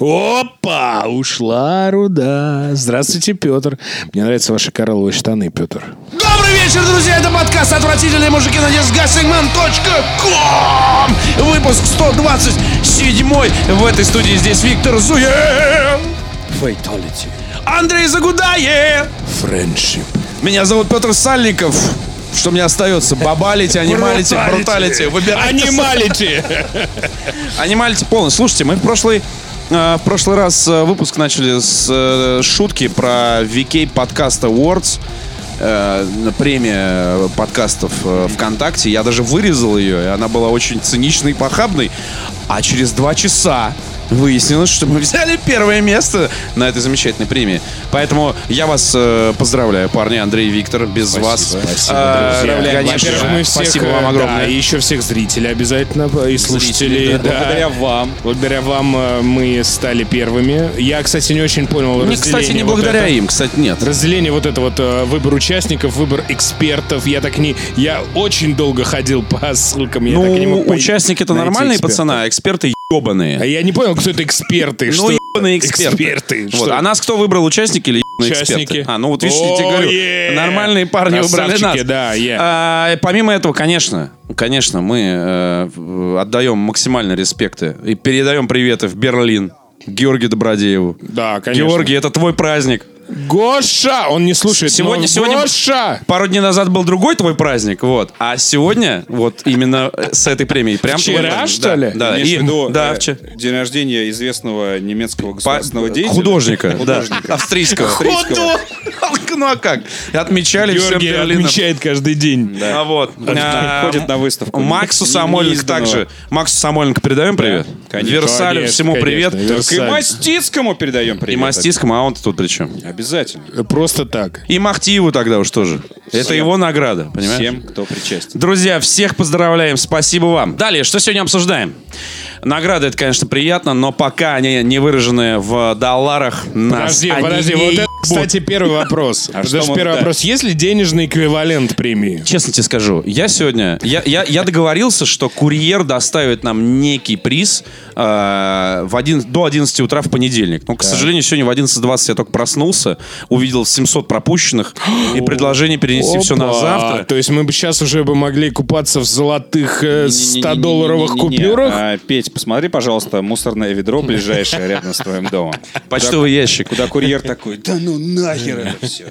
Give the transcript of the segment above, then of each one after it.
Опа! Ушла руда. Здравствуйте, Петр. Мне нравятся ваши коралловые штаны, Петр. Добрый вечер, друзья! Это подкаст «Отвратительные мужики» на disgustingman.com Выпуск 127 В этой студии здесь Виктор Зуев Фейталити. Андрей Загудаев Френдшип. Меня зовут Петр Сальников что мне остается? Бабалите, анималите, бруталити. Выбирайте. Анималити! Анималити полностью. Слушайте, мы в прошлый, э, в прошлый раз э, выпуск начали с э, шутки про VK подкаст Awards. э, премия подкастов э, ВКонтакте. Я даже вырезал ее, и она была очень циничной и похабной. А через два часа выяснилось, что мы взяли первое место на этой замечательной премии. Поэтому я вас э, поздравляю, парни, Андрей и Виктор, без вас. Спасибо, э, друзья. конечно Во-первых, же, мы всех, спасибо вам э, огромное. Да, и еще всех зрителей обязательно, э, и слушателей. да. да. Благодаря вам. Благодаря вам э, мы стали первыми. Я, кстати, не очень понял Мне, разделение кстати, не вот благодаря это. им, кстати, нет. Разделение вот это вот э, выбор участников, выбор экспертов. Я так не... Я очень долго ходил по ссылкам. Я так и не Ну, мог пой- участники-то найти нормальные эксперта. пацаны, а эксперты А ебаные. я не понял, кто это эксперты. Ну, что ебаные эксперты. эксперты, Вот. что? А нас кто выбрал, участники или ебаные Участники. эксперты? А, ну вот видишь, я тебе говорю, О-е! нормальные парни убрали Красавчики, нас. да, я. А, помимо этого, конечно, конечно, мы э, отдаем максимально респекты и передаем приветы в Берлин Георгию Добродееву. Да, конечно. Георгий, это твой праздник. Гоша! Он не слушает. Сегодня- но- сегодня- Гоша! Пару дней назад был другой твой праздник, вот. А сегодня, вот именно э, с этой премией, прям твой Вчера, праздник. что Да, ли? Да, Имеешь и, в виду, да, э, вчера. день рождения известного немецкого Па- государственного деятеля. Художника, да. Художника. Австрийского. Австрийского. Худо- Ну а как? Отмечали все Георгий Берлином. отмечает Э, каждый день. А вот. а, Ходит на выставку. Максу Не- Самойленко неизданного. также. Максу Самойленко передаем привет. конечно. Версалю Конечно, всему конечно, привет. Верс- Так и Мастицкому передаем привет. И Мастискому, а он тут при чем? Обязательно. Просто так. И Махтиеву тогда уж тоже. Это его награда, понимаешь? Всем, кто причастен. Друзья, всех поздравляем, спасибо вам. Далее, что сегодня обсуждаем? Награды, это, конечно, приятно, но пока они не выражены в долларах, нас Подожди, они подожди. не Вот это, ебут. А кстати, первый вопрос. Потому что что мы- первый да. вопрос. Есть ли денежный эквивалент премии? Честно тебе скажу, я сегодня, я, я, я договорился, что курьер доставит нам некий приз э, в один, до 11 утра в понедельник. Но, к сожалению, сегодня в 11.20 я только проснулся, увидел 700 пропущенных и предложение перенести все на Опа. завтра. То есть мы бы сейчас уже бы могли купаться в золотых э, 100-долларовых Не-не-не-не-не-не. купюрах? А, Петь, посмотри, пожалуйста, мусорное ведро ближайшее рядом с твоим домом. Почтовый ящик. Куда курьер такой, да ну нахер это все.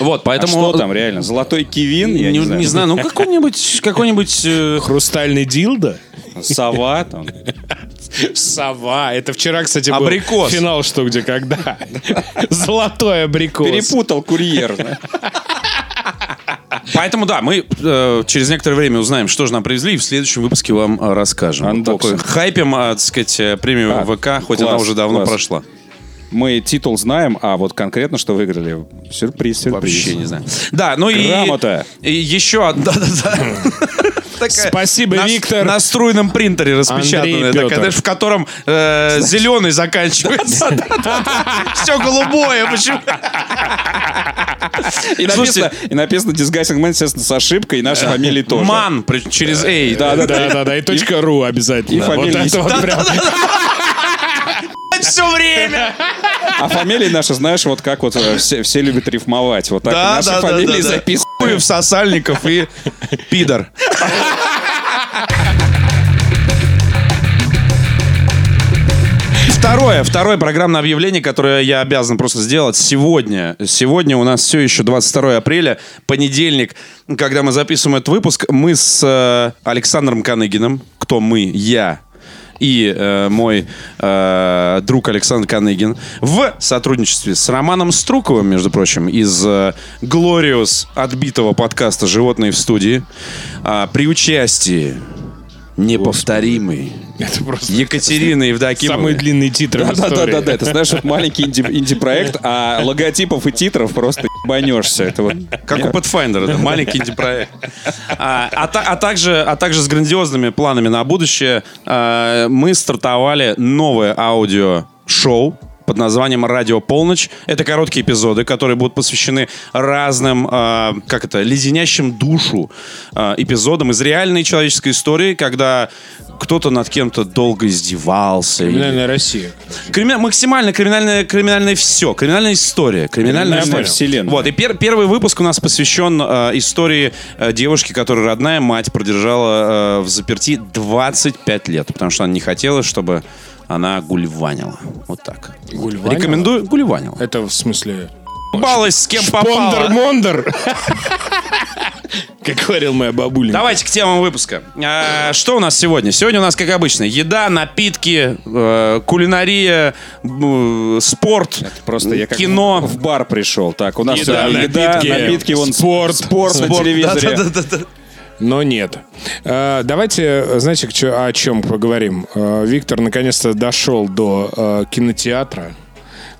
Вот, А поэтому... что там реально? Золотой кивин? Я не, знаю. ну какой-нибудь, какой-нибудь э, Хрустальный дилдо? Сова там. Сова. Это вчера, кстати, был Абрикос. финал «Что, где, когда». Золотой абрикос. Перепутал курьер. да? Поэтому да, мы э, через некоторое время узнаем, что же нам привезли, и в следующем выпуске вам э, расскажем. Анбоксинг. Такой хайпим, э, так сказать, э, премию А, ВК, хоть класс, она уже давно класс. прошла. Мы титул знаем, а вот конкретно, что выиграли, сюрприз, сюрприз. Вообще не знаю. Да, ну и... Грамота. И еще одна... Да-да-да. Такая Спасибо, на- Виктор. На струйном принтере распечатанная, Андрей такая, Петр. знаешь, в котором э, зеленый заканчивается. Все голубое, почему? И написано, Слушайте. и написано Disgusting Man, естественно, с ошибкой, и наши фамилии тоже. Ман при- через Эй. Да, да, да. Да, да, да. И точка ру обязательно. и Вот фамилия это есть. вот прям. Все время. А фамилии наши, знаешь, вот как вот э, все, все любят рифмовать. Вот так Да, наши да, да, фамилии да, да. записаны. Хуев, сосальников и пидор. Второе, второе программное объявление, которое я обязан просто сделать сегодня. Сегодня у нас все еще 22 апреля, понедельник, когда мы записываем этот выпуск. Мы с э, Александром Каныгиным, кто мы, я и э, мой э, друг Александр Каныгин в сотрудничестве с Романом Струковым, между прочим, из э, Glorious отбитого подкаста «Животные в студии» а, при участии неповторимой Это просто Екатерины Евдокимовой. самые длинные титры в Да, да, да, да. истории. Это знаешь, вот маленький инди- инди-проект, а логотипов и титров просто ебанешься. Это вот. Как у Pathfinder, это маленький инди-проект. А, а та- а также, а также с грандиозными а, планами на будущее э, мы стартовали новое аудио-шоу под названием «Радио полночь». Это короткие эпизоды, которые будут посвящены разным, э, как это, леденящим душу э, эпизодам из реальной человеческой истории, когда кто-то над кем-то долго издевался. или- Криминальная Россия. Кримина- максимально криминальное, криминальное все. Криминальная история. Криминальная Я история. понял. Вселенная. Вот, и пер- первый выпуск у нас посвящен э, истории э, девушки, которую родная мать продержала э, в заперти 25 лет, потому что она не хотела, чтобы она гульванила. Вот так. Гульванила? Рекомендую гульванила. Это в смысле... Балась с кем попала. Пондер-мондер! Как говорил моя бабуля. Давайте к темам выпуска. А, что у нас сегодня? Сегодня у нас, как обычно, еда, напитки, э, кулинария, м, спорт, Просто я как кино. в бар пришел. Так, у нас Еда, всё, напитки, вон спорт, спорт, на телевизоре. Да-да-да-да. Но нет. Э, Давайте, э, знаете, к чё- о чем поговорим. Э, Виктор наконец-то дошел до э, кинотеатра,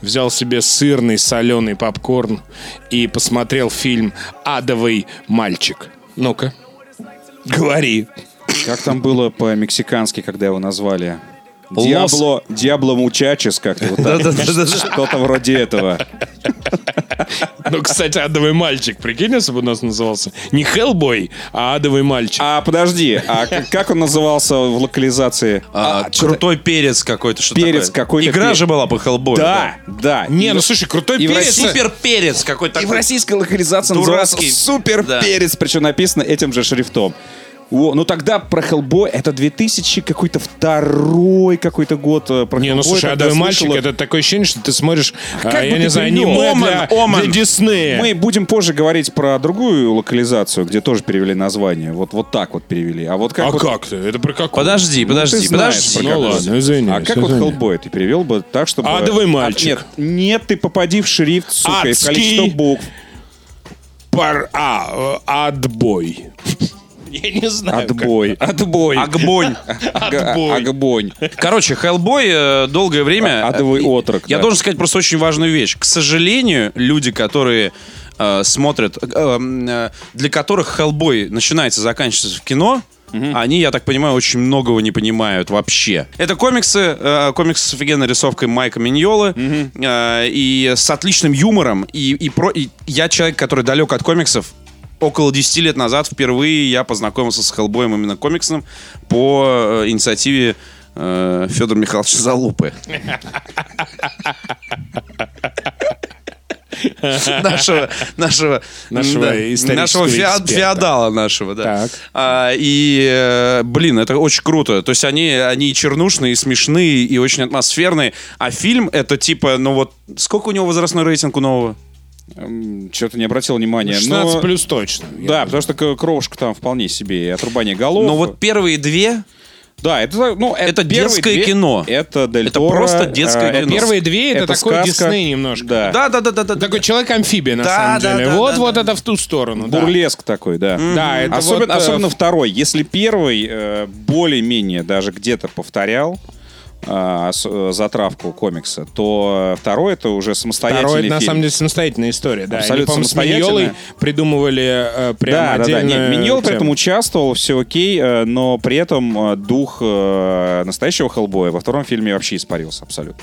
взял себе сырный соленый попкорн и посмотрел фильм «Адовый мальчик». Ну-ка, говори. Как там было по-мексикански, когда его назвали? Лос- Диабло, Диабло Мучачес как-то вот так. Что-то вроде этого. Ну, кстати, «Адовый мальчик», прикинь, если бы у нас назывался. Не «Хеллбой», а «Адовый мальчик». А подожди, а к- как он назывался в локализации? А, А, что-то- крутой перец какой-то. что Перец такое? какой-то Игра перец. же была по Хеллбою. Да, да. Не, И- ну слушай, крутой и в перец. России- Супер перец какой-то. И в такой. российской локализации Дурацкий. назывался Супер Да. Перец, причем написано этим же шрифтом. О, ну тогда про Хеллбой это 2000 какой-то второй какой-то год. э, Про Не, ну «Хеллбоя» слушай, тогда «Адовый мальчик» слышала. это такое ощущение, что ты смотришь, как а, я бы не ты знаю, привел? аниме Омен, для, Омен. для Диснея. Мы будем позже говорить про другую локализацию, где тоже перевели название. Вот, вот так вот перевели. А вот как А вот- как ты? Это про какой? Подожди, ты подожди, знаешь, подожди. про Ну как ладно, называется. извини, А как извини. вот Хеллбой ты перевел бы так, чтобы... Адовый А, мальчик. нет, нет, ты попади в шрифт, сука, и в Адский. количество букв. Пар... А, э, отбой. Я не знаю. Э, как. Отбой. Отбой. Агбонь. Ага, отбой. Агбонь. Короче, Хеллбой э, долгое время... А- адовый э, и- отрок, Я да. должен сказать просто очень важную вещь. К сожалению, люди, которые э, смотрят, э, э, для которых Хеллбой начинается и заканчивается в кино, Они, я так понимаю, очень многого не понимают вообще. Это комиксы, э, комикс с офигенной рисовкой Майка Миньолы э, и с отличным юмором. И, и про, и я человек, который далек от комиксов. Около 10 лет назад впервые я познакомился с Хеллбоем именно комиксным по э, инициативе э, Федора Михайловича Залупы. Нашего, нашего, Нашего да, исторического нашего фео- эксперта. феодала нашего, да. Так. А, и, э, блин, это очень круто. То есть они, они и чернушные, и смешные, и очень атмосферные. А фильм это типа, ну вот, сколько у него возрастной рейтинг у нового? Что-то Эм, не обратил внимания. но- 16 плюс точно. Да, потому что к- кровушка там вполне себе и отрубание голов. Ну вот первые две, да, это, ну, Это первые детское две- кино. Это Дель Это Торо, просто детское э, кино. Первые две это, Это такой сказка. Дисней немножко. Да. да, да, да, да, да. Такой человек-амфибия, на Да, самом да, деле. да, вот да, вот да. это в ту сторону. да. Бурлеск такой, да. Да, это особенно, вот, э, особенно в- второй. Если первый э, более-менее даже где-то повторял э, с- э, затравку комикса, то э, второй это уже самостоятельный Второй, это, на фильм. самом деле, самостоятельная история. Да. Абсолютно Они, по-моему, с самостоятельная. Миньолой придумывали э, Да, прям да, да. Нет, отдельную Миньол при этом тему. участвовал, все окей, э, но при этом э, дух э, настоящего Хеллбоя во втором фильме вообще испарился абсолютно.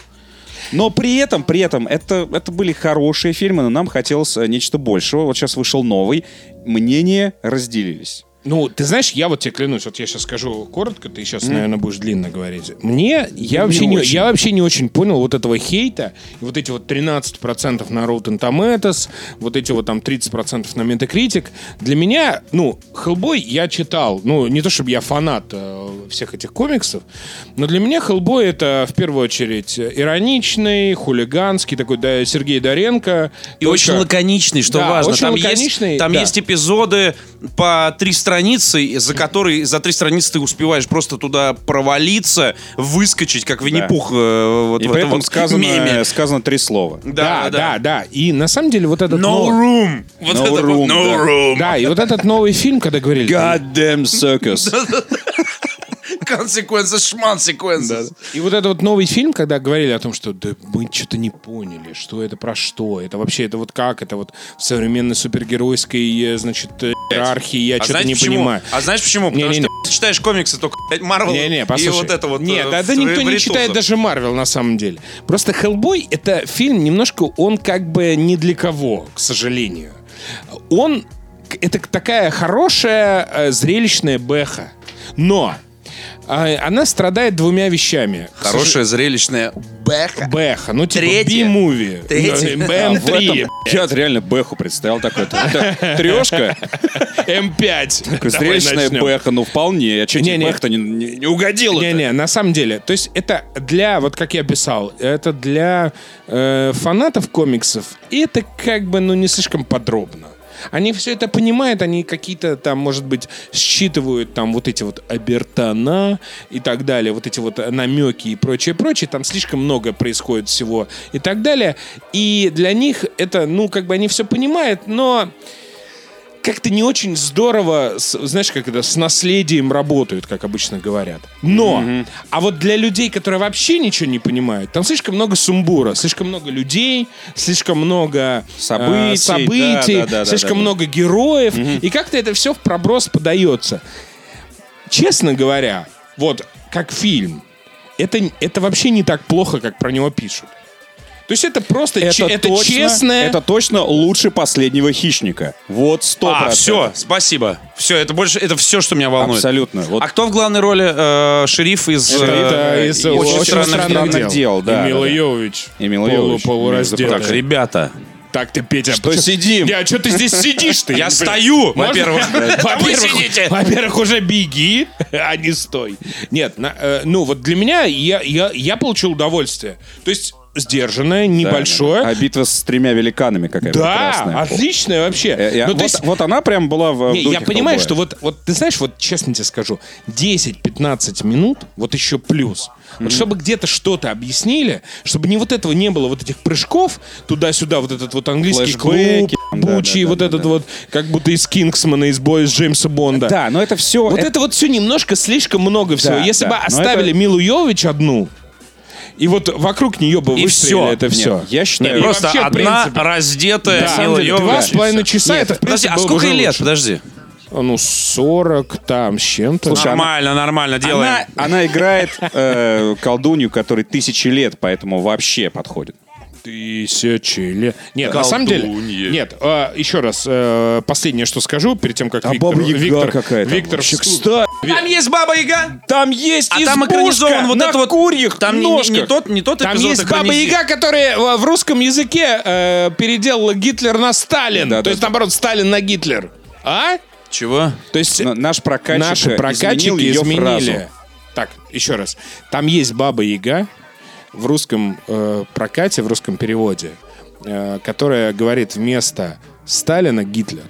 Но при этом, при этом, это, это были хорошие фильмы, но нам хотелось э, нечто большего. Вот сейчас вышел новый. Мнения разделились. Ну, ты знаешь, я вот тебе клянусь, вот я сейчас скажу коротко, ты сейчас, наверное, будешь длинно говорить. Мне, я вообще не, очень. я вообще не очень понял вот этого хейта, и вот эти вот 13% на Rotten Tomatoes, вот эти вот там 30% на Metacritic. Для меня, ну, Хеллбой я читал, ну, не то чтобы я фанат э, всех этих комиксов, но для меня Хеллбой это в первую очередь ироничный, хулиганский, такой да, Сергей Доренко. И очень лаконичный, что Да, важно. очень там лаконичный, есть, там да. есть эпизоды по три страницы, за которые за три страницы ты успеваешь просто туда провалиться, выскочить, как Винни-Пух э, вот И в при этом этом вот сказано, э, меме. сказано три слова. Да, да, да, И на самом деле вот этот... No новый- room. Вот No это вот room, no да. room. Да, и вот этот новый фильм, когда говорили... Goddamn circus. Консеквенсы, шман секвенсы. И вот этот вот новый фильм, когда говорили о том, что да мы что-то не поняли, что это про что, это вообще, это вот как, это вот в современной супергеройской, э, значит, э, иерархии, я что-то не почему? понимаю. А знаешь почему? Потому Не-не-не. что ты читаешь комиксы только блядь, Марвел Не-не, и послушай. вот это вот. Нет, э, да, да в- никто в не ритузах. читает даже Марвел на самом деле. Просто Хеллбой — это фильм немножко, он как бы не для кого, к сожалению. Он... к- Это такая хорошая, э, зрелищная бэха. Но э, она страдает двумя вещами. К сожалению, Хорошая зрелищная бэха. Бэха, ну типа Третья. B-movie. Третья. А в этом, BM3, Я реально Бэху представил такой. Трешка, M5. зрелищная Бэха, ну вполне. А че тебе Не-не. Бэх-то не- не не угодил? это? Не-не, на самом деле, то есть это для, вот как я писал, это для э, фанатов комиксов, и это как бы, ну, не слишком подробно. Они все это понимают, они какие-то там, может быть, считывают там вот эти вот обертона и так далее, вот эти вот намеки и прочее, прочее. Там слишком много происходит всего и так далее. И для них это, ну, как бы они все понимают, но как-то не очень здорово, с- знаешь, как это, с наследием работают, как обычно говорят. Но, а вот для людей, которые вообще ничего не понимают, там слишком много сумбура, слишком много людей, слишком много э, Событий, событий, да, да, да, слишком да, да. много героев, и как-то это все в проброс подается. Честно говоря, вот как фильм, это, это вообще не так плохо, как про него пишут. То есть это просто че- это, честное... Это точно лучше последнего хищника. Вот сто А, все, процентов. спасибо. Все, это больше, это все, что меня волнует. Абсолютно. Вот А кто в главной роли э, шериф из э, Это э, из очень «Очень странных странных дел». дел». дел, да, Эмила да, да. Йовович. Эмила Полу- Йовович. полураздетый. Так, ребята, Так ты, Петя, Что почему- сидим? Я, что ты здесь сидишь ты? я стою, Можно? во-первых. Да вы Во-первых, сидите. во-первых, уже беги, а не стой. Нет, на- э, ну вот для меня я, я, я получил удовольствие. То есть сдержанное, да, да. небольшое. А битва с тремя великанами какая-то Да, прекрасная. отличное вообще. Э, я- Ну, то вот, есть- вот она прям была в в Не, духе я понимаю, «Хеллбоя». что вот, вот, ты знаешь, вот честно тебе скажу, 10-15 минут, вот еще плюс. Вот чтобы где-то что-то объяснили, чтобы не вот этого не было, вот этих прыжков туда-сюда, вот этот вот английский клуб, Флэшбэки, там, да, бучи, да, да, вот да, этот да. вот, как будто из Кингсмана, из Боя Джеймса Бонда. Да, но это все... Вот это, вот все немножко слишком много всего. Если да, бы но оставили это- Милу Йовович одну, и вот вокруг нее бы И выстрелили всё. это все. Я Нет, считаю... и просто вообще, в одна принципе. раздетая На самом Мила деле, два Йовович. с половиной часа это, в принципе, Подожди, а было бы сколько уже ей лет? лучше. Подожди. Ну, 40 там с чем-то. нормально, нормально, делаем. Она, она играет э, колдунью, которой тысячи лет, поэтому вообще подходит. Тысячи лет. Нет, на самом деле... Колдуньи. Нет, э, еще раз, э, последнее, что скажу, перед тем, как Виктор... Баба-Яга Виктор, какая-то. Виктор Вообще, вс- кстати, Там есть Баба Яга, Там есть а там избушка экранизован вот на это вот... курьих там не- не, не ножках. тот, не тот Там эпизод есть Баба экранизирован. Яга, которая э, в русском языке э, переделала Гитлер на Сталин. Да, То да, есть, да. наоборот, Сталин на Гитлер. А? Чего? То есть Но наш прокатчик наши э, прокатчики изменил ее изменили. фразу. Так, еще раз. Там есть Баба Яга в русском э, прокате, в русском переводе, э, которая говорит вместо Сталина Гитлер.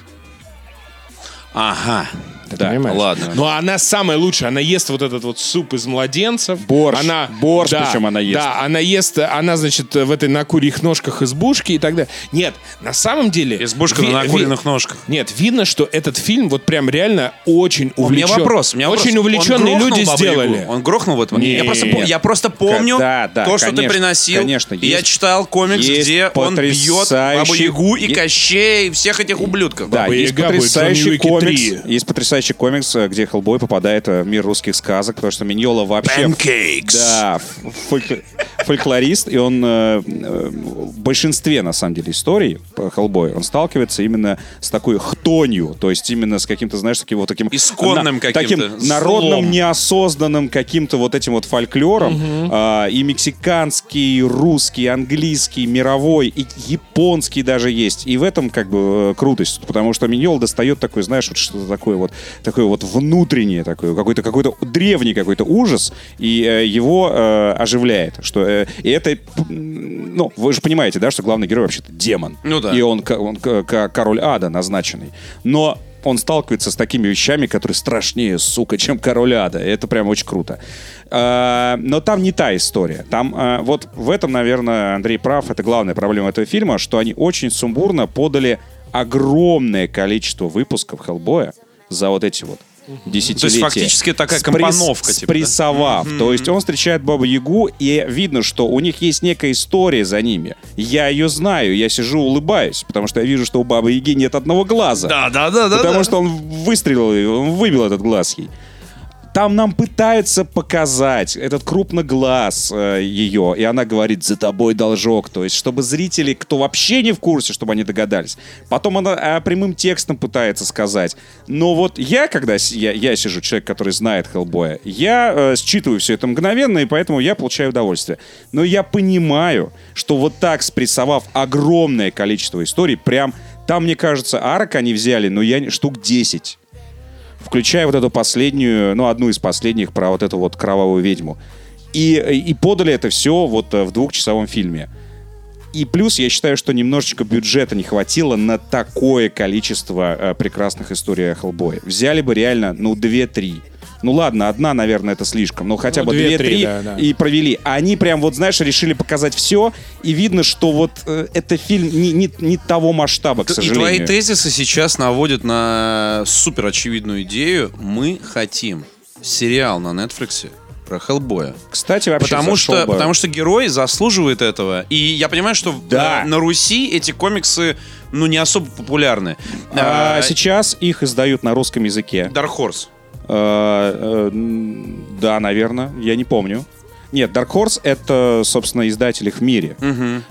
Ага. Ты Да, понимаешь? Ну, ладно. Но она самая лучшая. Она ест вот этот вот суп из младенцев. Борщ. Она, Борщ причем она ест. Да, она ест, она, значит, в этой на курьих ножках избушки и так далее. Нет, на самом деле... Избушка ви- на ви- накуренных ножках. Нет, видно, что этот фильм вот прям реально очень У меня увлечен. вопрос. У меня очень вопрос. увлеченные Он грохнул люди Бабу сделали. Ягу? Он грохнул в этом. Нет. Я, просто, пом- я просто помню Да, да, то, что ты конечно, приносил. конечно, И я есть- читал комикс, есть где он бьет потрясающий- Бабу Ягу и Е- Кощей, и всех этих ублюдков. Да, Баба есть Яга будет Джонни потрясающий Уики комикс. 3. Есть потрясающий комикс, э, где Хеллбой попадает э, в мир русских сказок, потому что Миньола вообще... Pancakes. Да, ф- фольк- фольклорист, и он э, э, в большинстве, на самом деле, историй по Хеллбою, он сталкивается именно с такой хтонью, то есть именно с каким-то, знаешь, таким вот таким... Исконным на- каким-то Таким народным, злом. неосознанным каким-то вот этим вот фольклором. А, и мексиканский, и русский, и английский, и мировой, и японский даже есть. И в этом как бы э, крутость, потому что Миньол достает такой, знаешь, вот что-то такое вот, такое вот внутреннее, такое, какой-то какой-то древний какой-то ужас, и э, его э, оживляет. Что, э, и это, м, ну, вы же понимаете, да, что главный герой вообще-то демон. Ну да. И он, к- он к- к- король ада назначенный. Но он сталкивается с такими вещами, которые страшнее, сука, чем король ада. И это прям очень круто. А, Но там не та история. Там а, вот в этом, наверное, Андрей прав. Это главная проблема этого фильма, что они очень сумбурно подали огромное количество выпусков Хеллбоя за вот эти вот десятилетие. То есть фактически такая Сприс- компоновка, типа, да? Спрессовав. То есть он встречает Бабу Ягу, и видно, что у них есть некая история за ними. Я ее знаю, я сижу улыбаюсь, потому что я вижу, что у Бабы Яги нет одного глаза. Да, да, да, да. Потому да. что он выстрелил, и он выбил этот глаз ей. Там нам пытаются показать этот крупноглаз э, ее, и она говорит «за тобой должок», то есть чтобы зрители, кто вообще не в курсе, чтобы они догадались. Потом она э, прямым текстом пытается сказать. Но вот я, когда с- я, я сижу, человек, который знает Хеллбоя, я э, считываю все это мгновенно, и поэтому я получаю удовольствие. Но я понимаю, что вот так спрессовав огромное количество историй, прям там, мне кажется, арок они взяли, но я не- штук 10. Включая вот эту последнюю, ну, одну из последних про вот эту вот кровавую ведьму. И, и подали это все вот э, в двухчасовом фильме. И плюс, я считаю, что немножечко бюджета не хватило на такое количество э, прекрасных историй о Хеллбое. Взяли бы реально, ну, 2-3. Ну ладно, одна, наверное, это слишком. но хотя Ну, бы две-три, 2-3 да, да. и провели. А они прям, вот знаешь, решили показать все. И видно, что вот э, это фильм не, не- не того масштаба, к И твои сожалению. тезисы сейчас наводят на супер очевидную идею. Мы хотим сериал на Netflix про Хеллбоя. Кстати, вообще Потому зашел что, бы. потому что герой заслуживает этого. И я понимаю, что в- Да. э, на Руси эти комиксы ну не особо популярны. А, А, сейчас их издают на русском языке. Dark Horse. А, э, м, Да, наверное, я не помню. Нет, Dark Horse это, собственно, издатели в мире.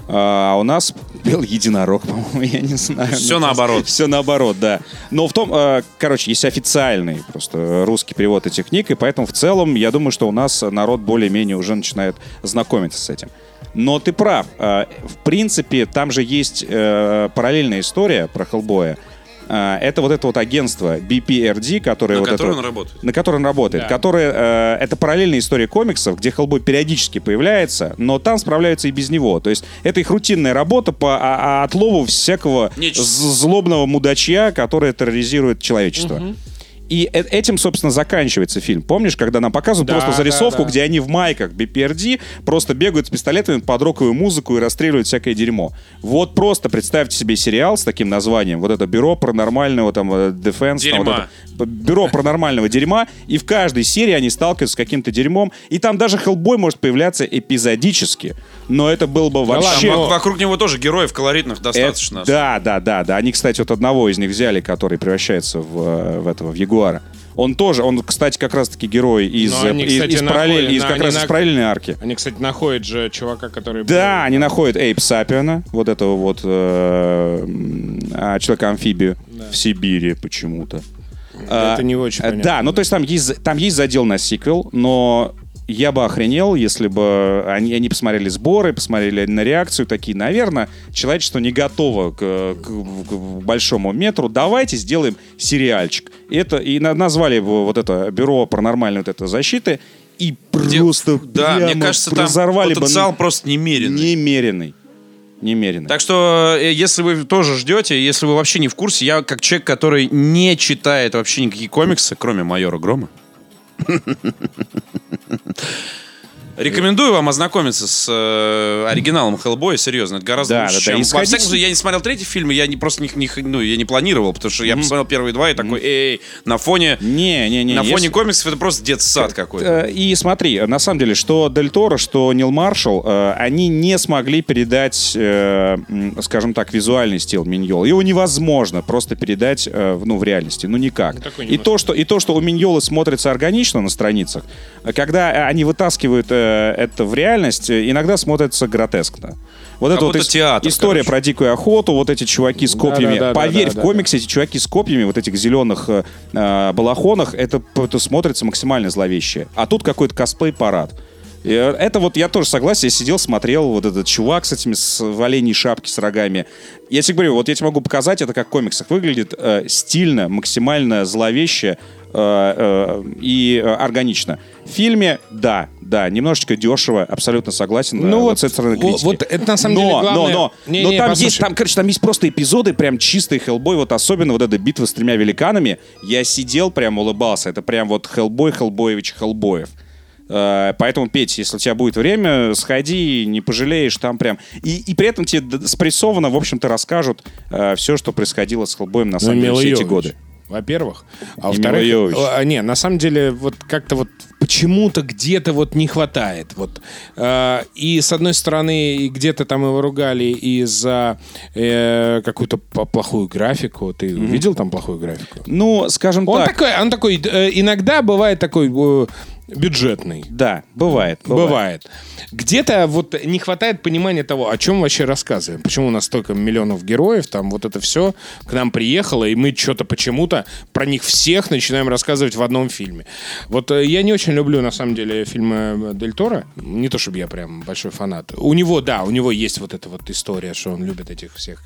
А у нас был единорог, по-моему, я не знаю. Ну, Всё наоборот. Все наоборот, да. Но в том, э, короче, есть официальный просто русский перевод этих книг, и поэтому в целом я думаю, что у нас народ более-менее уже начинает знакомиться с этим. Но ты прав. Э, В принципе, там же есть э, параллельная история про Хеллбоя. Э, Это вот это вот агентство BPRD, которое На вот котором это- он работает. на которой он работает, Да. которая э, это параллельная история комиксов, где Хеллбой периодически появляется, но там справляются и без него. То есть это их рутинная работа по а- а- отлову всякого Нечисти. з- злобного мудачья, который терроризирует человечество. И э- этим, собственно, заканчивается фильм. Помнишь, когда нам показывают Да, просто да, зарисовку, да. где они в майках BPRD просто бегают с пистолетами под роковую музыку и расстреливают всякое дерьмо. Вот просто представьте себе сериал с таким названием. Вот это бюро паранормального там э, Defense. там, вот Дерьма. это бюро паранормального дерьма, и в каждой серии они сталкиваются с каким-то дерьмом, и там даже Хеллбой может появляться эпизодически, но это было бы вообще... Там вок- ну, вокруг него тоже героев колоритных достаточно. Э, да, да, да, да. Они, кстати, вот одного из них взяли, который превращается в, э, в этого в Ягуара. Он тоже, он, кстати, как раз-таки герой из, Но они, э, из- кстати, из параллель- находят- из как они раз из нак- параллельной арки. Они, кстати, находят же чувака, который... Да, они находят Эйп Сапиона, вот этого вот э, м, а, человека-амфибию в Сибири почему-то. Это А, не очень э, понятно. Да, ну то есть там есть, там есть задел на сиквел, но я бы охренел, если бы они, они посмотрели сборы, посмотрели на реакцию, такие, наверное, человечество не готово к, к- к большому метру, давайте сделаем сериальчик. И это, и на- назвали его вот это бюро паранормальной вот это защиты, и Где- просто да, мне прямо кажется, там разорвали бы потенциал на- просто немеренный. Немеренный. Немеренный. Так что, э, если вы тоже ждете, если вы вообще не в курсе, я как человек, который не читает вообще никакие комиксы, кроме майора Грома. Рекомендую вам ознакомиться с э, оригиналом Хеллбоя, серьезно, это гораздо Да, лучше, да, да, чем... и Во сходите- всяком случае, я не смотрел третий фильм, и я не, просто не, не- ну, я не планировал, потому что я посмотрел первые два и такой, эй, на фоне, не, не, не. на фоне если- комиксов это просто детсад какой-то. Э, И смотри, на самом деле, что Дель Торо, что Нил Маршалл, э, они не смогли передать, э, м, скажем так, визуальный стил Миньола. Его невозможно просто передать э, в- ну, в реальности. Ну, никак. такой И то, что, и то, что у Миньола смотрится органично на страницах, э, когда э, они вытаскивают э, это в реальность, э, иногда смотрится гротескно. Вот это вот будто ис- театр, история короче. про дикую охоту, вот эти чуваки с копьями. Да-да-да-да-да-да. Поверь, в комиксе эти чуваки с копьями, вот этих зеленых э, э, балахонах, это, п- это смотрится максимально зловеще. А тут какой-то косплей-парад. И, э, Это вот я тоже согласен, я сидел, смотрел вот этот чувак с этими с в оленьей шапке с рогами. Я тебе говорю, вот я тебе могу показать, это как в комиксах выглядит э, стильно, максимально зловеще э, э, и э, органично. В фильме, да, да, немножечко дешево, абсолютно согласен. э, Ну вот, с этой стороны о- критики. вот это на самом но, деле главное- Но, но, Не, но не, там послушай. есть, там, короче, там есть просто эпизоды, прям чистый Хеллбой, вот особенно вот эта битва с тремя великанами. Я сидел, прям улыбался. Это прям вот Хеллбой, Хеллбоевич, Хеллбоев. Э, Поэтому, Петь, если у тебя будет время, сходи, не пожалеешь, там прям... И, и при этом тебе э, Ну, д- спрессованно, в общем-то, расскажут все, что происходило с Хеллбоем на самом деле все эти годы. во-первых. А И во-вторых, Милоевич. э, а, не, на самом деле, вот как-то вот почему-то где-то вот не хватает. Вот. Э, И с одной стороны, и где-то там его ругали и за э, какую-то п- плохую графику. Ты увидел там плохую графику? Ну, скажем Он так, такой, он такой, э, иногда бывает такой э, бюджетный. да, бывает, бывает. Бывает. Где-то вот не хватает понимания того, о чем вообще рассказываем. Почему у нас столько миллионов героев, там вот это все к нам приехало, и мы что-то почему-то про них всех начинаем рассказывать в одном фильме. Вот э, я не очень люблю, на самом деле, фильмы э, Дель Торо. Не то, чтобы я прям большой фанат. У него, да, у него есть вот эта вот история, что он любит этих всех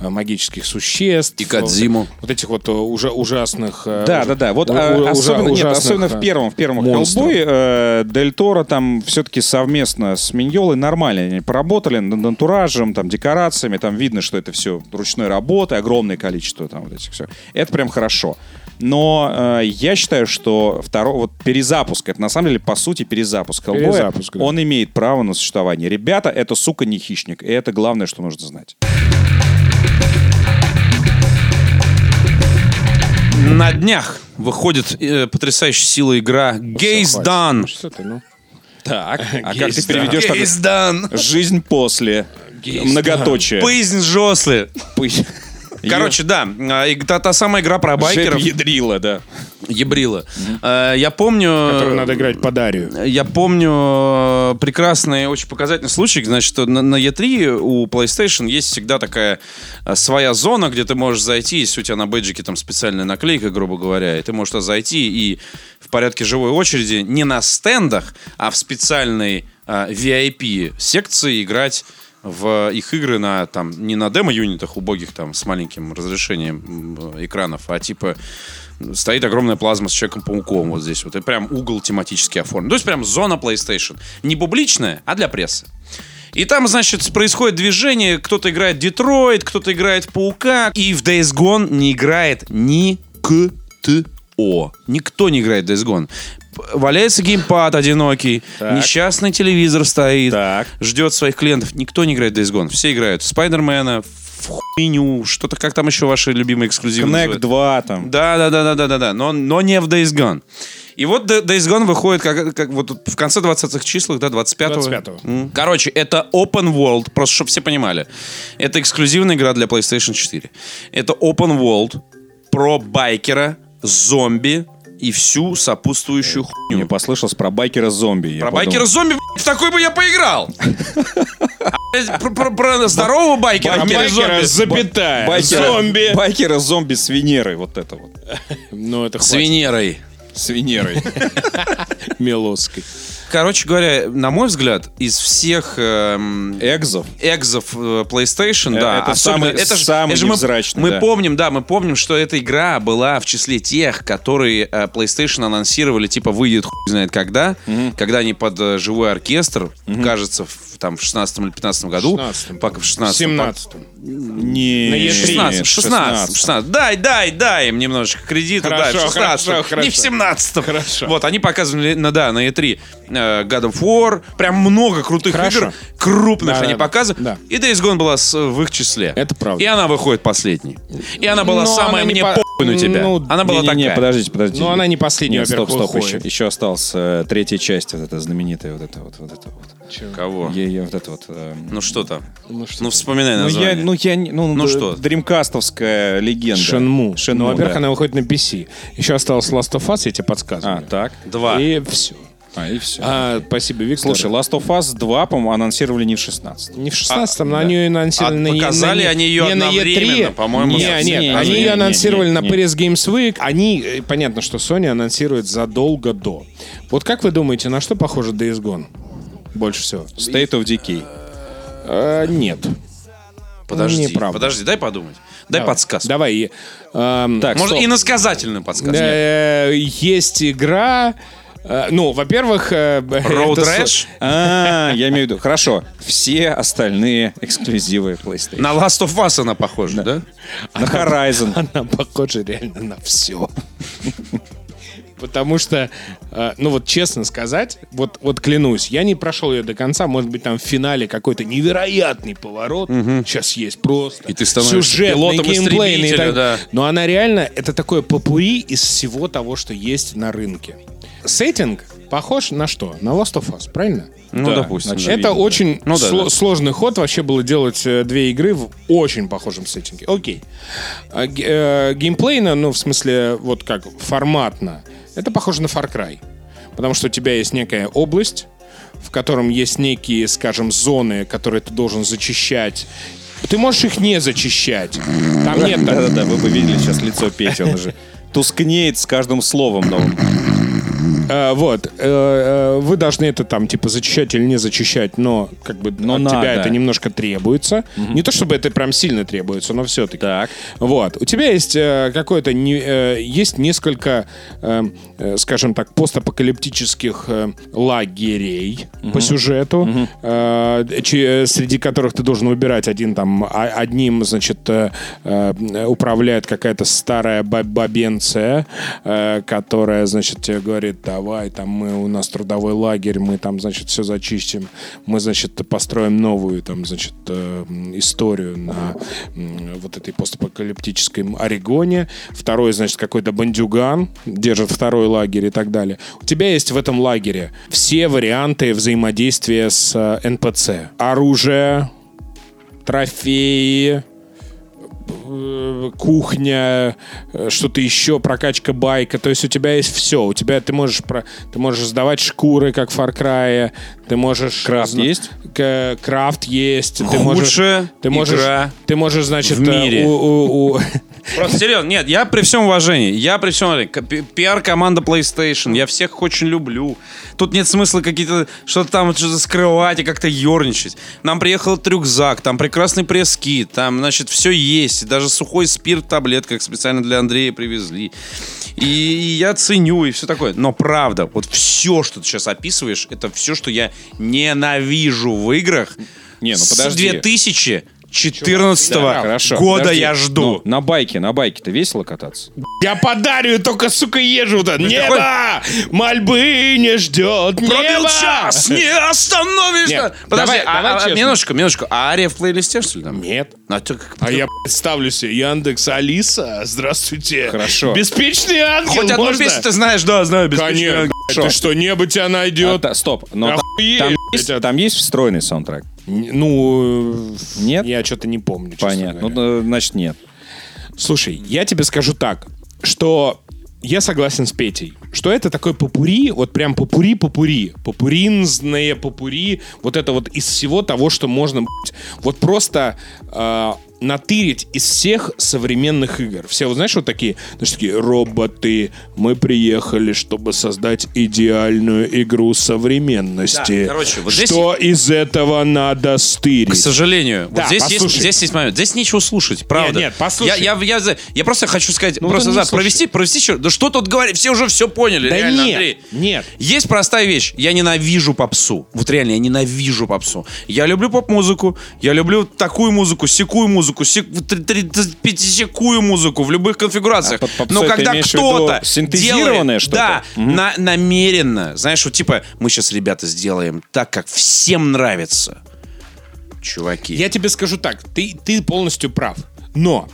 э, магических существ. И Кодзиму. Вот, этих вот э, уже, ужасных... э, Да, уж- да, да. Вот у- а, у- ужа- особенно, нет, ужасных, особенно в э, первом, в первом монстров. «Хеллбое», э, Дель Торо там все-таки совместно с Миньолой нормально они поработали над антуражем, там декорациями, там видно, что это все ручной работы, огромное количество там вот этих все. Это прям хорошо. Но э, я считаю, что второй вот перезапуск, это на самом деле по сути перезапуск «Хеллбоя», Перезапуск, да. он имеет право на существование. Ребята, это сука не хищник, и это главное, что нужно знать. На днях выходит э, потрясающая сила игра Gaze хватит. Done. Что ты, ну? Так, Э, а как ты Есть, переведешь так? Gaze Done. Жизнь после. Многоточие. Пояснь Жослы. Пы- Короче, да, а, и та, та самая игра про Жек байкеров. ядрила, да. Ебрила. Э, Я помню... Которую надо играть по Дарию. Я помню э, прекрасный, очень показательный случай. Значит, на, на E3 у PlayStation есть всегда такая э, своя зона, где ты можешь зайти, если у тебя на бэджике там специальная наклейка, грубо говоря, и ты можешь туда зайти и в порядке живой очереди не на стендах, а в специальной э, VIP-секции играть в их игры на там не на демо-юнитах убогих там с маленьким разрешением м, экранов, а типа стоит огромная плазма с Человеком-пауком вот здесь вот. И прям угол тематически оформлен. То есть прям зона PlayStation. Не публичная, а для прессы. И там, значит, происходит движение. Кто-то играет Детройт, кто-то играет в Паука. И в Days Gone не играет никто. Никто не играет в Days Gone. П- Валяется геймпад одинокий. Несчастный телевизор стоит. Так. Ждет своих клиентов. Никто не играет в Days Gone. Все играют в Спайдермена, в хуйню, что-то как там еще ваши любимые эксклюзивы. Connect называют? 2 там. Да, да, да, да, да, да, да. Но, но не в Days Gone. И вот Д- Days Gone выходит как, как вот в конце 20-х числах, да, 25-го. 25-го. М. Короче, это open world, просто чтобы все понимали. Это эксклюзивная игра для PlayStation 4. Это open world про байкера, зомби и всю сопутствующую Мне хуйню. послышалось ну, про байкера-зомби. Про байкера-зомби, блядь, в такой бы я поиграл. А, блядь, про- Про про здорового байкера, а Байкера, зомби. запятая. Зомби. Байкера-зомби с Венерой, вот это вот. Ну, это С хватит Венерой. С Венерой. Милоской. Короче говоря, на мой взгляд, из всех эм, Экзов. экзов э, PlayStation, Э, да, это особенно- самый- это ж- самый это же мы- невзрачный, Мы, да. помним, да, мы помним, что эта игра была в числе тех, которые э, PlayStation анонсировали, типа выйдет хуй знает когда, когда они под э, живой оркестр, кажется, в, там в 16 или 15 году, 16-м, пока в 16 17 Не, На Е3. 16, 16, 16. Дай, дай, дай им немножечко кредита, Хорошо, дай, в 16 хорошо, хорошо. Не в 17 Хорошо. Вот, они показывали, на, да, на E3 э, God of War, прям много крутых Хорошо. игр, крупных Да, они да, да. показывали. Да. И Days Gone была с- в их числе. Это правда. И она выходит последней. И она была Но она самая не мне по- похуй на тебя. Ну, она была такая. Не, подождите, подождите. Ну, она не последняя, Нет, стоп, во-первых, стоп, еще, выходит. еще осталась э, третья часть, вот эта знаменитая, вот эта вот, вот эта вот. Кого? Е- е- вот это вот. эм, Ну что там? Ну, что Ну вспоминай Ну, я, название. ну, я, не- ну, Ну д- что? Дримкастовская легенда. Шенму. Шенму, ну, во-первых, да. она выходит на PC. Еще осталось Last of Us, я тебе А, подсказываю. так. Два. И все. А, и все. спасибо, Виктор. Слушай, Last of Us 2, по-моему, анонсировали не в 16. не в 16-м, но они ее анонсировали А на показали на- они её не на одновременно, E3. по-моему, Не, нет. нет, Не, они не, не, ее анонсировали не, на не. Paris Games Week. Они, э, понятно, что Sony анонсирует задолго до. Вот как вы думаете, на что похоже Days Gone? Больше всего. State of Decay. Э, нет. подожди, неправда. подожди, дай подумать. Дай подсказку. Давай. и, эм, Так, Может, стоп. иносказательную подсказку. Э, Есть игра. э, Ну, во-первых, э, Road это со- Rash? А, я имею в виду. Хорошо. Все остальные эксклюзивы PlayStation. На Last of Us она похожа, да? На Horizon. Она похожа реально на все. Потому что, э, ну вот честно сказать, вот, вот клянусь, я не прошел ее до конца. Может быть, там в финале какой-то невероятный поворот сейчас есть просто. И ты становишься Сюжетный, пилотом геймплейный и так- истребителя, да. Но она реально, это такое попури из всего того, что есть на рынке. Сеттинг похож на что? На Last of Us, правильно? Ну, Да, допустим. значит, да. Это очень Ну да, сло- да. сложный ход вообще было делать э, две игры в очень похожем сеттинге. Окей. А, ге- э, геймплейно, ну, в смысле, вот как, форматно, это похоже на Far Cry. Потому что у тебя есть некая область, в котором есть некие, скажем, зоны, которые ты должен зачищать. Ты можешь их не зачищать. Там нет... так- Да-да-да, вы бы видели сейчас лицо Пети, он уже тускнеет с каждым словом новым. Э, вот. Э, э, вы должны это там, типа, зачищать или не зачищать, но как бы Но от надо. тебя это немножко требуется. Не то чтобы это прям сильно требуется, но все-таки. Так. Вот. У тебя есть э, какое-то... не- э, есть несколько, э, э, скажем так, постапокалиптических э, лагерей по сюжету, э, че- э, среди которых ты должен выбирать один там... а- одним, значит, э, э, управляет какая-то старая ба- бабенция, э, которая, значит, тебе говорит, давай, там мы у нас трудовой лагерь, мы там, значит, все зачистим, мы, значит, построим новую, там, значит, э, м, историю на м, вот этой постапокалиптической м, Орегоне. Второй, значит, какой-то бандюган держит второй лагерь и так далее. У тебя есть в этом лагере все варианты взаимодействия с э, НПЦ. Оружие, трофеи, э, кухня, э, что-то еще, прокачка байка. То есть у тебя есть все. У тебя ты можешь про, ты можешь сдавать шкуры, как в Far Cry. Ты можешь Крафт есть? К- крафт есть. Ты Худшая можешь ты игра можешь, ты можешь, значит, в э, мире. у- у- у- Просто серьезно, нет, я при всем уважении, я при всем уважении, к- пи- пиар-команда PlayStation, я всех очень люблю. Тут нет смысла какие-то что-то там что-то скрывать и как-то ерничать. Нам приехал этот рюкзак, там прекрасный пресс-кит, там, значит, все есть. и Даже сухой спирт в таблетках специально для Андрея привезли. И, и я ценю, и все такое. Но правда, вот все, что ты сейчас описываешь, это все, что я ненавижу в играх. Не, ну с подожди. 2014 Да, хорошо. года подожди. я жду. Ну, на байке, на байке ты весело кататься? А, Я подарю, только, сука, езжу вот это. Небо! Мольбы не ждет Пробил небо! час, не остановишься. Нет, Подожди, давай- а- давай а- честно. минуточку, минуточку. А Ария в плейлисте, что ли, там? Нет. А ты как- А я блядь, ставлю себе Яндекс Алиса. Здравствуйте. Хорошо. Беспечный ангел. Хоть одну можно? песню ты знаешь, да, знаю. без песни. Конечно. блядь, Ты что, небо тебя А, найдет? та- стоп, но там, Охуеть, там блядь, есть, а- там есть встроенный саундтрек? Н- Ну, э, Нет? я что-то не помню. честно Понятно. говоря. Ну, э, значит, нет. Слушай, я тебе скажу так, что я согласен с Петей, что это такой попури, вот прям попури-попури, попуринзное попури, вот это вот из всего того, что можно, блядь, вот просто э, натырить из всех современных игр. Все, вот знаешь, вот такие, знаешь, такие роботы, мы приехали, чтобы создать идеальную игру современности. Да, короче, вот здесь- что из этого надо стырить? К сожалению, вот Да, здесь, есть, послушай. здесь есть момент. Здесь нечего слушать, правда. нет, послушай. Я, я, я, за- я просто хочу сказать, Ну, вот просто он не за- провести, провести еще. Да что тут говорить? Все уже все поняли, Да реально, нет, Андрей. нет. Есть простая вещь. Я ненавижу попсу. Вот реально, я ненавижу попсу. Я люблю поп-музыку. Я люблю такую музыку, секую музыку, сек... три- три- пятисекую музыку в любых конфигурациях. А под попсой Но ты когда имеешь в виду кто-то синтезированное делает- что-то? Да, на- намеренно. Знаешь, вот типа, мы сейчас, ребята, сделаем так, как всем нравится. Чуваки. Я тебе скажу так, ты, ты полностью прав. Но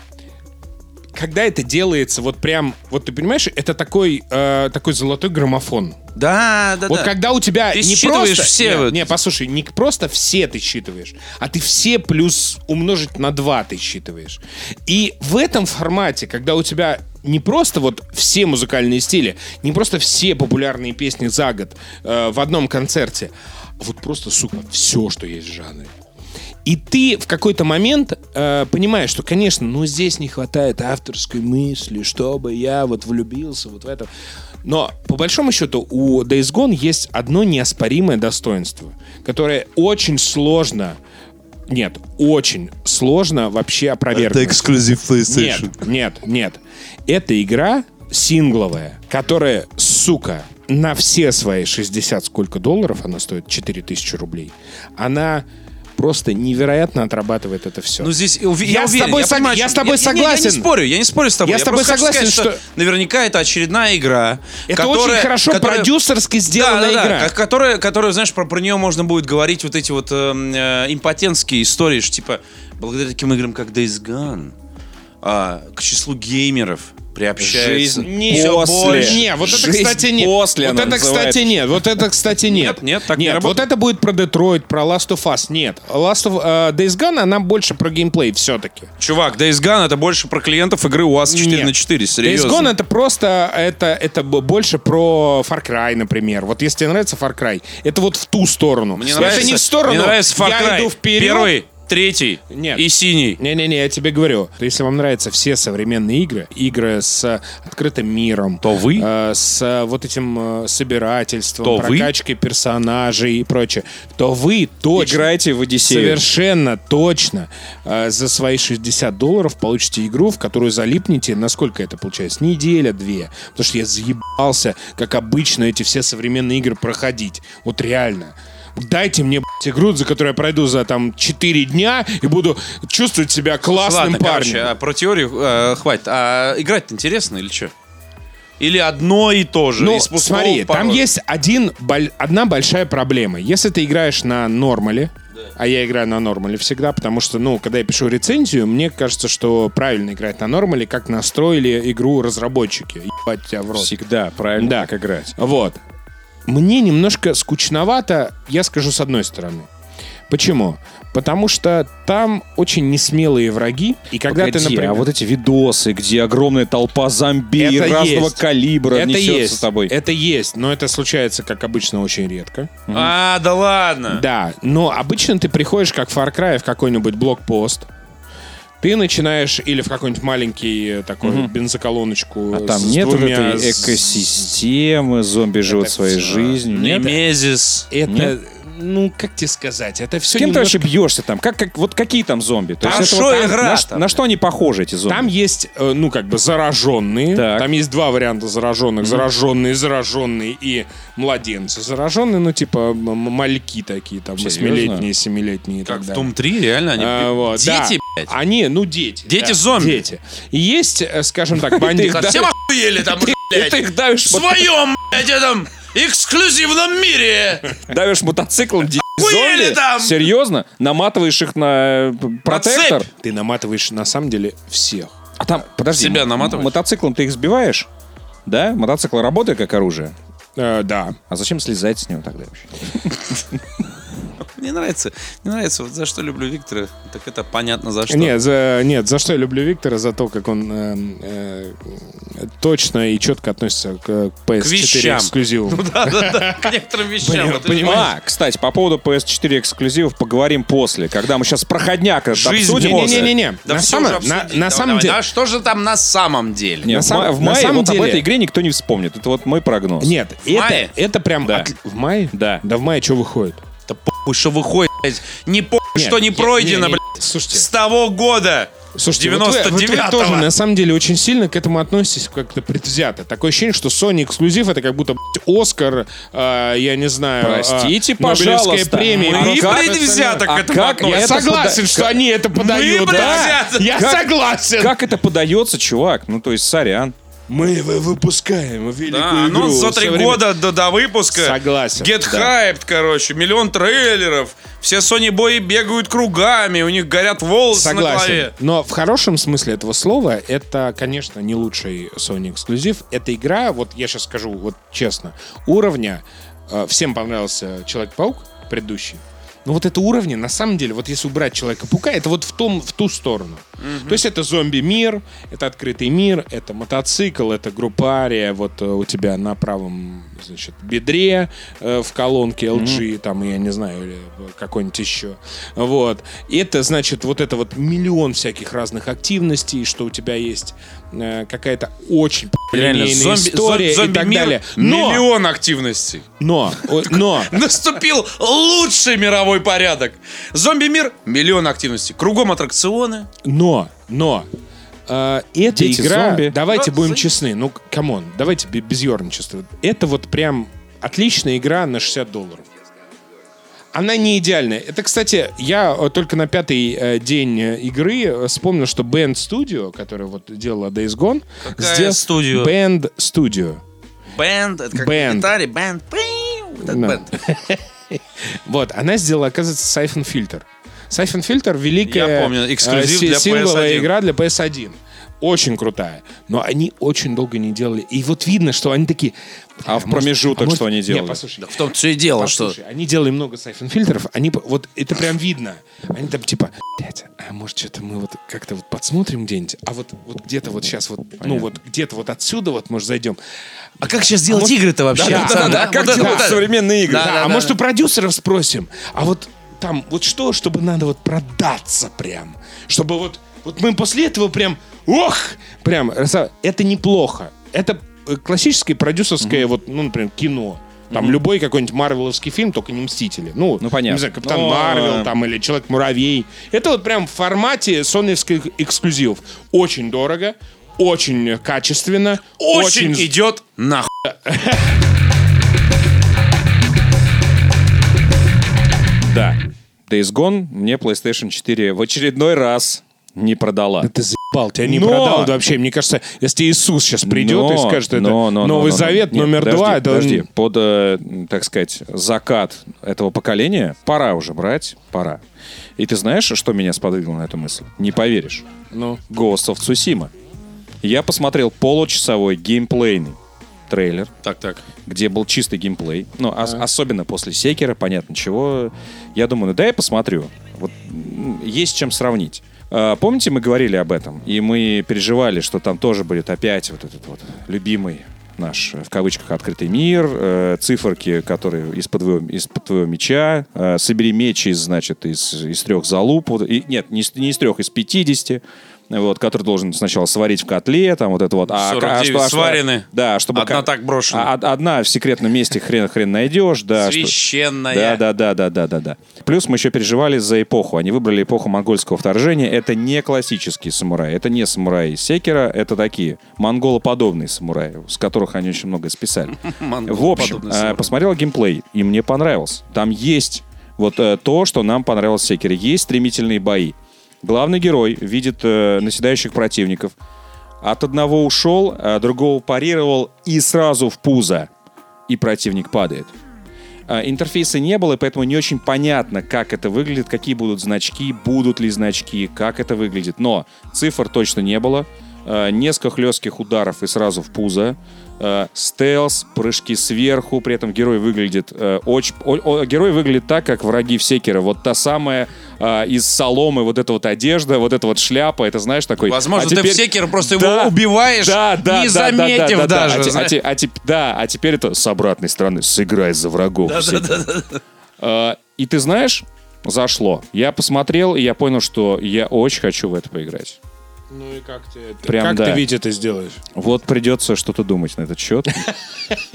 когда это делается, вот прям, вот ты понимаешь, это такой, э, такой золотой граммофон. Да, да, вот да. когда у тебя Ты не считываешь просто, все Не, вот- не, послушай, не просто все ты считываешь, а ты все плюс умножить на 2 ты считываешь. И в этом формате, когда у тебя не просто вот все музыкальные стили, не просто все популярные песни за год э, в одном концерте, а вот просто, сука, все, что есть в жанре. И ты в какой-то момент э, понимаешь, что, конечно, ну здесь не хватает авторской мысли, чтобы я вот влюбился вот в это. Но по большому счету у Days Gone есть одно неоспоримое достоинство, которое очень сложно, нет, очень сложно вообще опровергнуть. эксклюзив Нет, нет, нет. Это игра сингловая, которая, сука, на все свои 60 сколько долларов она стоит, 4000 рублей, она просто невероятно отрабатывает это все. Ну здесь я, ув- я с уверен, тобой я сог- понимаю, я что- с тобой не- не- не, Я, согласен. не спорю, я не спорю с тобой. Я с тобой просто хочу согласен, сказать, что- наверняка это очередная игра, это которая- очень хорошо которая- продюсерски Да, сделанная да, да, игра. ко- которая, которая, знаешь, про, про нее можно будет говорить вот эти вот эм, э, импотентские истории, что типа благодаря таким играм, как Days Gone, а, к числу геймеров приобщается. Жизнь Не, всё после. больше. Не, вот это, Жизнь кстати, нет. после вот она это, называет. кстати, нет. Вот это, кстати, нет. Нет, нет, так не нет. Вот работает. это будет про Детройт, про Last of Us. Нет. Last of э, Days Gone, она больше про геймплей все-таки. Чувак, Days Gone это больше про клиентов игры УАЗ 4 Нет. на 4, Days серьезно. Gone это просто, это, это б- больше про Far Cry, например. Вот если тебе нравится Far Cry, это вот в ту сторону. Мне это нравится, не в сторону. Мне нравится Far Я Cry. иду вперед. Первый, третий Нет. и синий. Не-не-не, я тебе говорю, если вам нравятся все современные игры, игры с э, открытым миром, То вы? э, с э, вот этим э, собирательством, То вы? прокачкой персонажей и прочее, то вы точно, Играйте в Одиссею. совершенно точно э, за свои 60 долларов получите игру, в которую залипнете, насколько это получается, неделя-две. Потому что я заебался, как обычно, эти все современные игры проходить. Вот реально. Дайте мне блядь, игру, за которую я пройду за там 4 дня и буду чувствовать себя классным Ладно, парнем. короче, а про теорию э, хватит. А играть интересно или что? Или одно и то же? Ну, из пустого смотри, порога? там есть один, боль- одна большая проблема. Если ты играешь на нормале, а я играю на нормале всегда, потому что, ну, когда я пишу рецензию, мне кажется, что правильно играть на нормале, как настроили игру разработчики. Ебать тебя в рот. Всегда правильно Да. как играть. Вот. Мне немножко скучновато, я скажу с одной стороны. Почему? Потому что там очень несмелые враги, и когда Погоди, ты, например... а вот эти видосы, где огромная толпа зомби Это разного есть. калибра это несется есть, с тобой. это есть, но это случается, как обычно, очень редко. А, да ладно. Да, но обычно ты приходишь, как в Far Cry, в какой-нибудь блокпост, ты начинаешь или в какой-нибудь маленький э, такой бензоколоночку. А там с нет вот двумя этой с- экосистемы, зомби живут своей всё. жизнью. Нет? Немезис. Это, Нет? ну, как тебе сказать, это С все кем ты вообще бьешься там? Как, как, вот какие там зомби? То Там есть это шо вот там- игра на, ш- там? на что они похожи, эти зомби? Там есть, э, ну, как бы зараженные. Так. Там есть два варианта зараженных. Зараженные, зараженные и младенцы. Зараженные, ну, типа м- м- мальки такие, там, Серьезно? восьмилетние, семилетние. и Как так в далее. Том 3, реально? Они... А, вот, Дети, да. блядь. Они, ну, дети. Дети да, зомби. Дети. И есть, э, скажем так, бандиты. Совсем охуели там, блядь. ты их давишь, В своем, блядь, этом эксклюзивном мире. мо- давишь мотоциклом, ди- Охуели зомби? там! Серьезно? Наматываешь их на э, п- протектор? цепь. Ты наматываешь, на самом деле, всех. А там, подожди. Себя м- наматываешь? Мотоциклом ты их сбиваешь? Да? Мотоцикл работает как оружие? Э, да. А зачем слезать с него тогда вообще? Мне нравится, мне нравится, вот за что люблю Виктора, так это понятно за что. Нет за, нет, за что я люблю Виктора, за то, как он эм, э, точно и четко относится к э, К PS4 вещам. Ну, эксклюзиву. Да-да-да, к некоторым вещам. вот это А, кстати, по поводу PS4 эксклюзивов поговорим после, когда мы сейчас проходняк этот Жизнь обсудим. после. Не-не-не-не. Да на всё самом, уже на- обсудили. на Давай, самом давай. деле... А что же там на самом деле? Не, На в, сам- мае- в на мае самом вот об деле- этой игре никто не вспомнит. Это вот мой прогноз. Нет, В это, мае? это прям... Да. отли- В мае? Да. Да в мае что выходит? Да похуй, что выходит, блядь. Не похуй, что не я- пройдено, не, не, блядь. Слушайте, С того года. Слушайте, вот вы- вот вы 99 тоже на самом деле очень сильно к этому относитесь как-то предвзято. Такое ощущение, что Sony эксклюзив это как будто блядь, Оскар, а, я не знаю, а, Простите, Нобелевская пожалуйста. премия. Мы Ну, И как это предвзято остальное? к а этому как относимся. Я это согласен, пода- что они это подают. да. предвзято. Я Как- согласен. Как это подается, чувак? Ну, то есть, сорян. Мы вы- выпускаем великую Да, игру. ну, анонс за три современ- года до, до выпуска. Согласен, Get да. hyped, короче. Миллион трейлеров. Все Sony бои бегают кругами. У них горят волосы на Согласен. голове. Но в хорошем смысле этого слова это, конечно, не лучший Sony эксклюзив. Эта игра, вот я сейчас скажу вот честно, уровня э, всем понравился Человек-паук предыдущий. Но вот это уровни, на самом деле, вот если убрать Человека-паука, это вот в, том, в ту сторону. То есть это зомби-мир, это открытый мир, это мотоцикл, это группария, вот э, у тебя на правом, значит, бедре э, в колонке LG, там, я не знаю, или э, какой-нибудь еще. Вот. И это, значит, вот это вот миллион всяких разных активностей, что у тебя есть э, какая-то очень Реально, линейная история и так зомби-мир далее. Но, Миллион активностей. но, о, но, Наступил лучший мировой порядок. Зомби-мир – миллион активностей. Кругом аттракционы. Но, но э, эта Дети игра, зомби. давайте Да, будем за- честны, ну, камон, давайте бе- без ерничества. Это вот прям отличная игра на 60 долларов. Она не идеальная. Это, кстати, я э, только на пятый э, день э, игры э, вспомнил, что Band Studio, которая вот делала Days Gone, Какая сдел- студио? Band Studio. Бенд, это как Бэнд. на гитаре, бенд. пиу, вот этот Да. бэнд. Вот, она сделала, оказывается, Siphon Filter. Siphon Filter — великая Я помню, э, эксклюзив си- для сингловая PS1. игра для PS1. Очень крутая. Но они очень долго не делали. И вот видно, что они такие... А в может, промежуток может- что они Не, делали? послушай, В том все и дело, что послушай, они делали много сайфон фильтров, они п- вот это прям видно. Они там типа, блядь, а может что-то мы вот как-то вот подсмотрим где-нибудь, а вот, вот где-то вот сейчас вот, ну вот где-то вот отсюда вот, может, зайдем. А как сейчас делать игры-то вообще? Да-да-да, Александр? да, Вот А как это делать вот это. современные игры? Да, Да, да, да, а может, да. у продюсеров спросим, а вот там вот что, чтобы надо вот продаться прям, чтобы вот, вот мы после этого прям, ох, прям, красава. это неплохо. Это э, классическое продюсерское, вот, ну, например, кино. Там любой какой-нибудь марвеловский фильм, только не «Мстители». Ну, Ну, понятно. Не знаю, «Капитан Но, Марвел» э, там или «Человек-муравей». Это вот прям в формате соневских эксклюзивов. Очень дорого, очень э, качественно. Очень очень идет нахуй. Да. Days Gone мне PlayStation 4 в очередной раз не продала. Да ты заебал, тебя не Но- продал вообще. Мне кажется, если тебе Иисус сейчас придет Но- и скажет, это но- но- но- Новый но- Завет Нет, номер подожди, два, это он- Подожди, под, э, так сказать, закат этого поколения пора уже брать, пора. И ты знаешь, что меня сподвигло на эту мысль? Не поверишь. Ну, Ghost of Tsushima. Я посмотрел получасовой геймплейный трейлер, Так, так. где был чистый геймплей. Ну, ос- особенно после Секера, понятно чего. Я думаю, ну да, я посмотрю. Вот м, есть чем сравнить. А, Помните, мы говорили об этом, и мы переживали, что там тоже будет опять вот этот вот любимый наш, э, в кавычках, открытый мир, э, циферки, которые из-под твоего, из-под твоего меча, э, собери меч из, значит, из, из трех залуп, вот, и, нет, не из, не из трех, из 50, вот, который должен сначала сварить в котле, там вот это вот. А, 49 сварены. да, чтобы... Одна ко- так брошена. а- од- одна в секретном месте хрен хрен найдешь, да. что- Священная. Да, да, да, да, да, да, да. Плюс мы еще переживали за эпоху. Они выбрали эпоху монгольского вторжения. Это не классические самураи. Это не самураи из Секера. Это такие монголоподобные самураи, с которых они очень много списали. В общем, Монголоподобные э, самураи. посмотрел геймплей, и мне понравился. Там есть вот э, то, что нам понравилось в Секере. Есть стремительные бои. Главный герой видит э, наседающих противников. От одного ушел, а другого парировал и сразу в пузо. И противник падает. А, Интерфейса не было, и поэтому не очень понятно, как это выглядит, какие будут значки, будут ли значки, как это выглядит. Но цифр точно не было. А, Несколько хлестких ударов и сразу в пузо. А, Стелс, прыжки сверху, при этом герой выглядит э, очень... о- о- Герой выглядит так, как враги в Секера. Вот та самая а, из соломы, вот эта вот одежда, вот эта вот шляпа, это знаешь такой... Возможно, «А ты в теперь- Секера просто его убиваешь, не заметив да, да, даже, а те- а знаешь. те- а теп- Да, а теперь это с обратной стороны. Сыграй за врагов. Секера. А, И ты знаешь, зашло. Я посмотрел, и я понял, что я очень хочу в это поиграть. ну и как тебе это? Прям как да. ты, Витя, это сделаешь? Вот придется что-то думать на этот счет.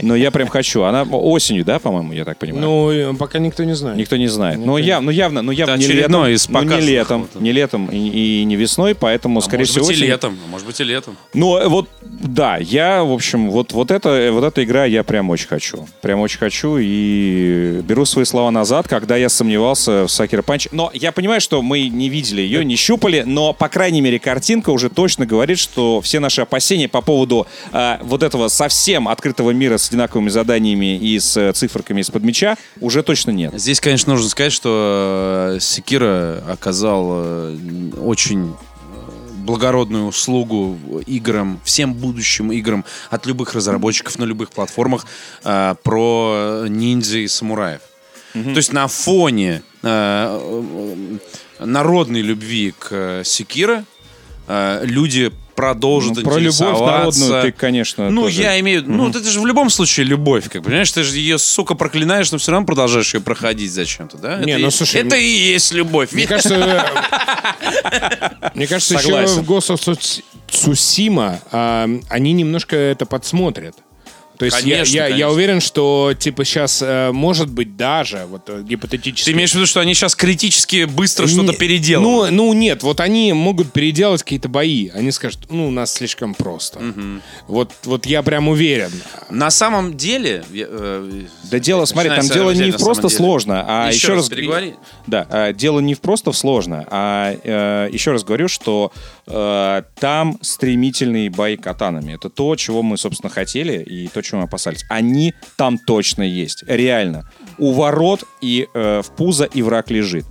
Но я прям хочу. Она осенью, да, по-моему, я так понимаю? Ну, э, пока никто не знает. Никто не знает. Но явно, ну явно, ну явно Это не летом. очередной из Ну, не показов летом, не летом и, и не весной, поэтому, скорее Может всего, быть, и осенью. летом. а Может быть, и летом. Ну, э, вот, да, я, в общем, вот, вот, это, э, вот эта игра я прям очень хочу. Прям очень хочу и беру свои слова назад, когда я сомневался в Сакер Панч. Но я понимаю, что мы не видели ее, не щупали, но, по крайней мере, картинка уже точно говорит, что все наши опасения по поводу э, вот этого совсем открытого мира с одинаковыми заданиями и с э, циферками из-под мяча уже точно нет. Здесь, конечно, нужно сказать, что э, Секира оказал э, н- очень э, благородную услугу играм, всем будущим играм от любых разработчиков на любых платформах э, про ниндзя и самураев. То есть на фоне э, э, народной любви к э, Секира э, люди продолжат Ну, про любовь интересоваться. народную ты, А, конечно, Ну, тоже- я имею... Ну, это же в любом случае любовь, как понимаешь? Ты же ее, сука, проклинаешь, но все равно продолжаешь ее проходить зачем-то, да? Не, это ну, и, слушай, это и есть любовь. Мне кажется, э, мне кажется, еще Согласен. в Ghost of Tsu- Tsushima а, они немножко это подсмотрят. То есть я- Конечно, я, я, конечно. уверен, что типа сейчас может быть даже вот э, гипотетически. Ты имеешь в виду, что они сейчас критически быстро что-то Не- переделали? Ну, ну нет, вот они могут переделать какие-то бои. Они скажут, ну, у нас слишком просто. Вот, вот я прям уверен. на самом деле... я, э, Да дело, смотри, там начинается дело не разделить, в на просто самом деле. сложно, а еще, Еще раз раз... переговори. Да, а, дело не в просто в сложно, а э, еще раз говорю, что э, там стремительные бои катанами. Это то, чего мы, собственно, хотели и то, чего мы опасались. Они там точно есть, реально. У ворот и э, в пузо и враг лежит.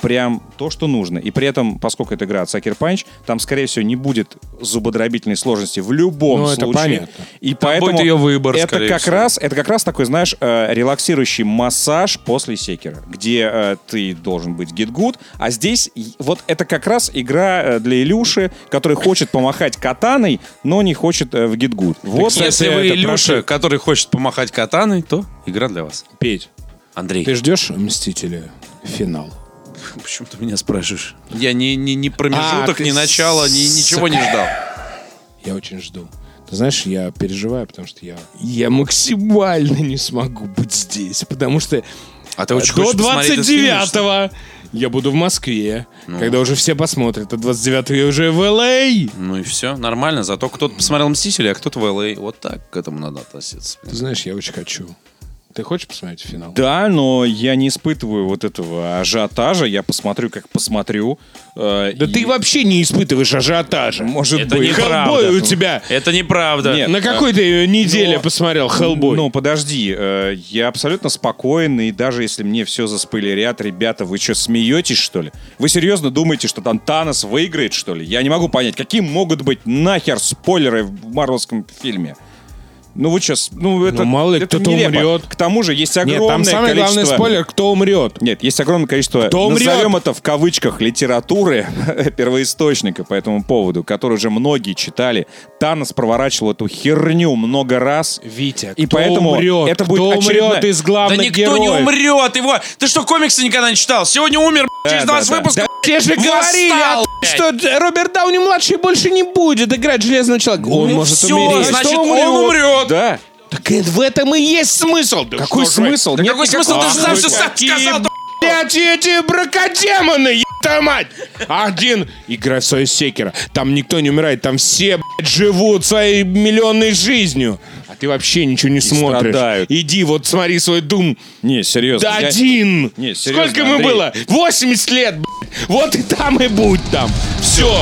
Прям то, что нужно. И при этом, поскольку это игра от Sucker Punch, там, скорее всего, не будет зубодробительной сложности в любом Ну, это случае. понятно. И будет поэтому ее выбор, это скорее как всего. раз раз- это как раз такой, знаешь, э, релаксирующий массаж после секера, где э, ты должен быть гид-гуд, а здесь и- вот это как раз игра э, для Илюши, который хочет помахать катаной, но не хочет э, в гид-гуд. Вот Если это вы правда. Илюша, который хочет помахать катаной, то игра для вас. Петь, Андрей, ты ждешь «Мстители» финал? почему ты меня спрашиваешь? Я ни, ни, ни промежуток, А, ни ты начала, ни, сука. ничего не ждал. Я очень жду. Ты знаешь, я переживаю, потому что я, я максимально не смогу быть здесь, потому что э, А ты очень до хочешь посмотреть этот фильм, что ли? 29-го я буду в Москве, когда уже все посмотрят, а 29-го я уже в А. Л.А. Ну и все, нормально. Зато кто-то посмотрел «Мстители», а кто-то в LA. Вот так к этому надо относиться. Ты знаешь, я очень хочу. Ты хочешь посмотреть финал? Да, но я не испытываю вот этого ажиотажа. Я посмотрю, как посмотрю. э, Да и- ты вообще не испытываешь ажиотажа. может Это быть. не Хеллбой у тебя. Это неправда. Нет. На какой ты неделе но- посмотрел Хеллбой? Ну, подожди, э, я абсолютно спокоен, и даже если мне все заспойлерят, ребята, вы что, смеетесь, что ли? Вы серьезно думаете, что там Танос выиграет, что ли? Я не могу понять, какие могут быть нахер спойлеры в марвелском фильме? Ну вы сейчас, ну это, мало ли, это кто-то нелепо. умрет. К тому же есть огромное Нет, там самый количество... главный спойлер, кто умрет. Нет, есть огромное количество, Кто умрет? назовем это в кавычках, литературы, первоисточника по этому поводу, который уже многие читали. Танос проворачивал эту херню много раз. Витя, И кто поэтому умрет? это кто будет очередная- умрет из Да главных никто не героев? умрет его. Ты что, комиксы никогда не читал? Сегодня умер, б***ь, через Э, да, 20 да. выпусков. Те же Восстал, говорили, о том, блядь. что Дж- Роберт Дауни-младший больше не будет играть Железного Человека. он может всё, умереть. значит, Кто он умрет. Да. Так это- в этом и есть смысл. Да Какой что ж вы- смысл? Да Нет какой никакого- смысл? Ты же сам Ах, всё вы сам какие, сказал. да. Блять, эти бракодемоны, ебаная мать! Один игра в свою секера. Там никто не умирает, там все, блядь, живут своей миллионной жизнью. А ты вообще ничего не смотришь. страдают. Иди, вот смотри свой Дум. Не, серьезно. Да я- один! Не, серьезно, Сколько ему Андрей. было? 80 лет, блядь. Вот и там и будь там. Все.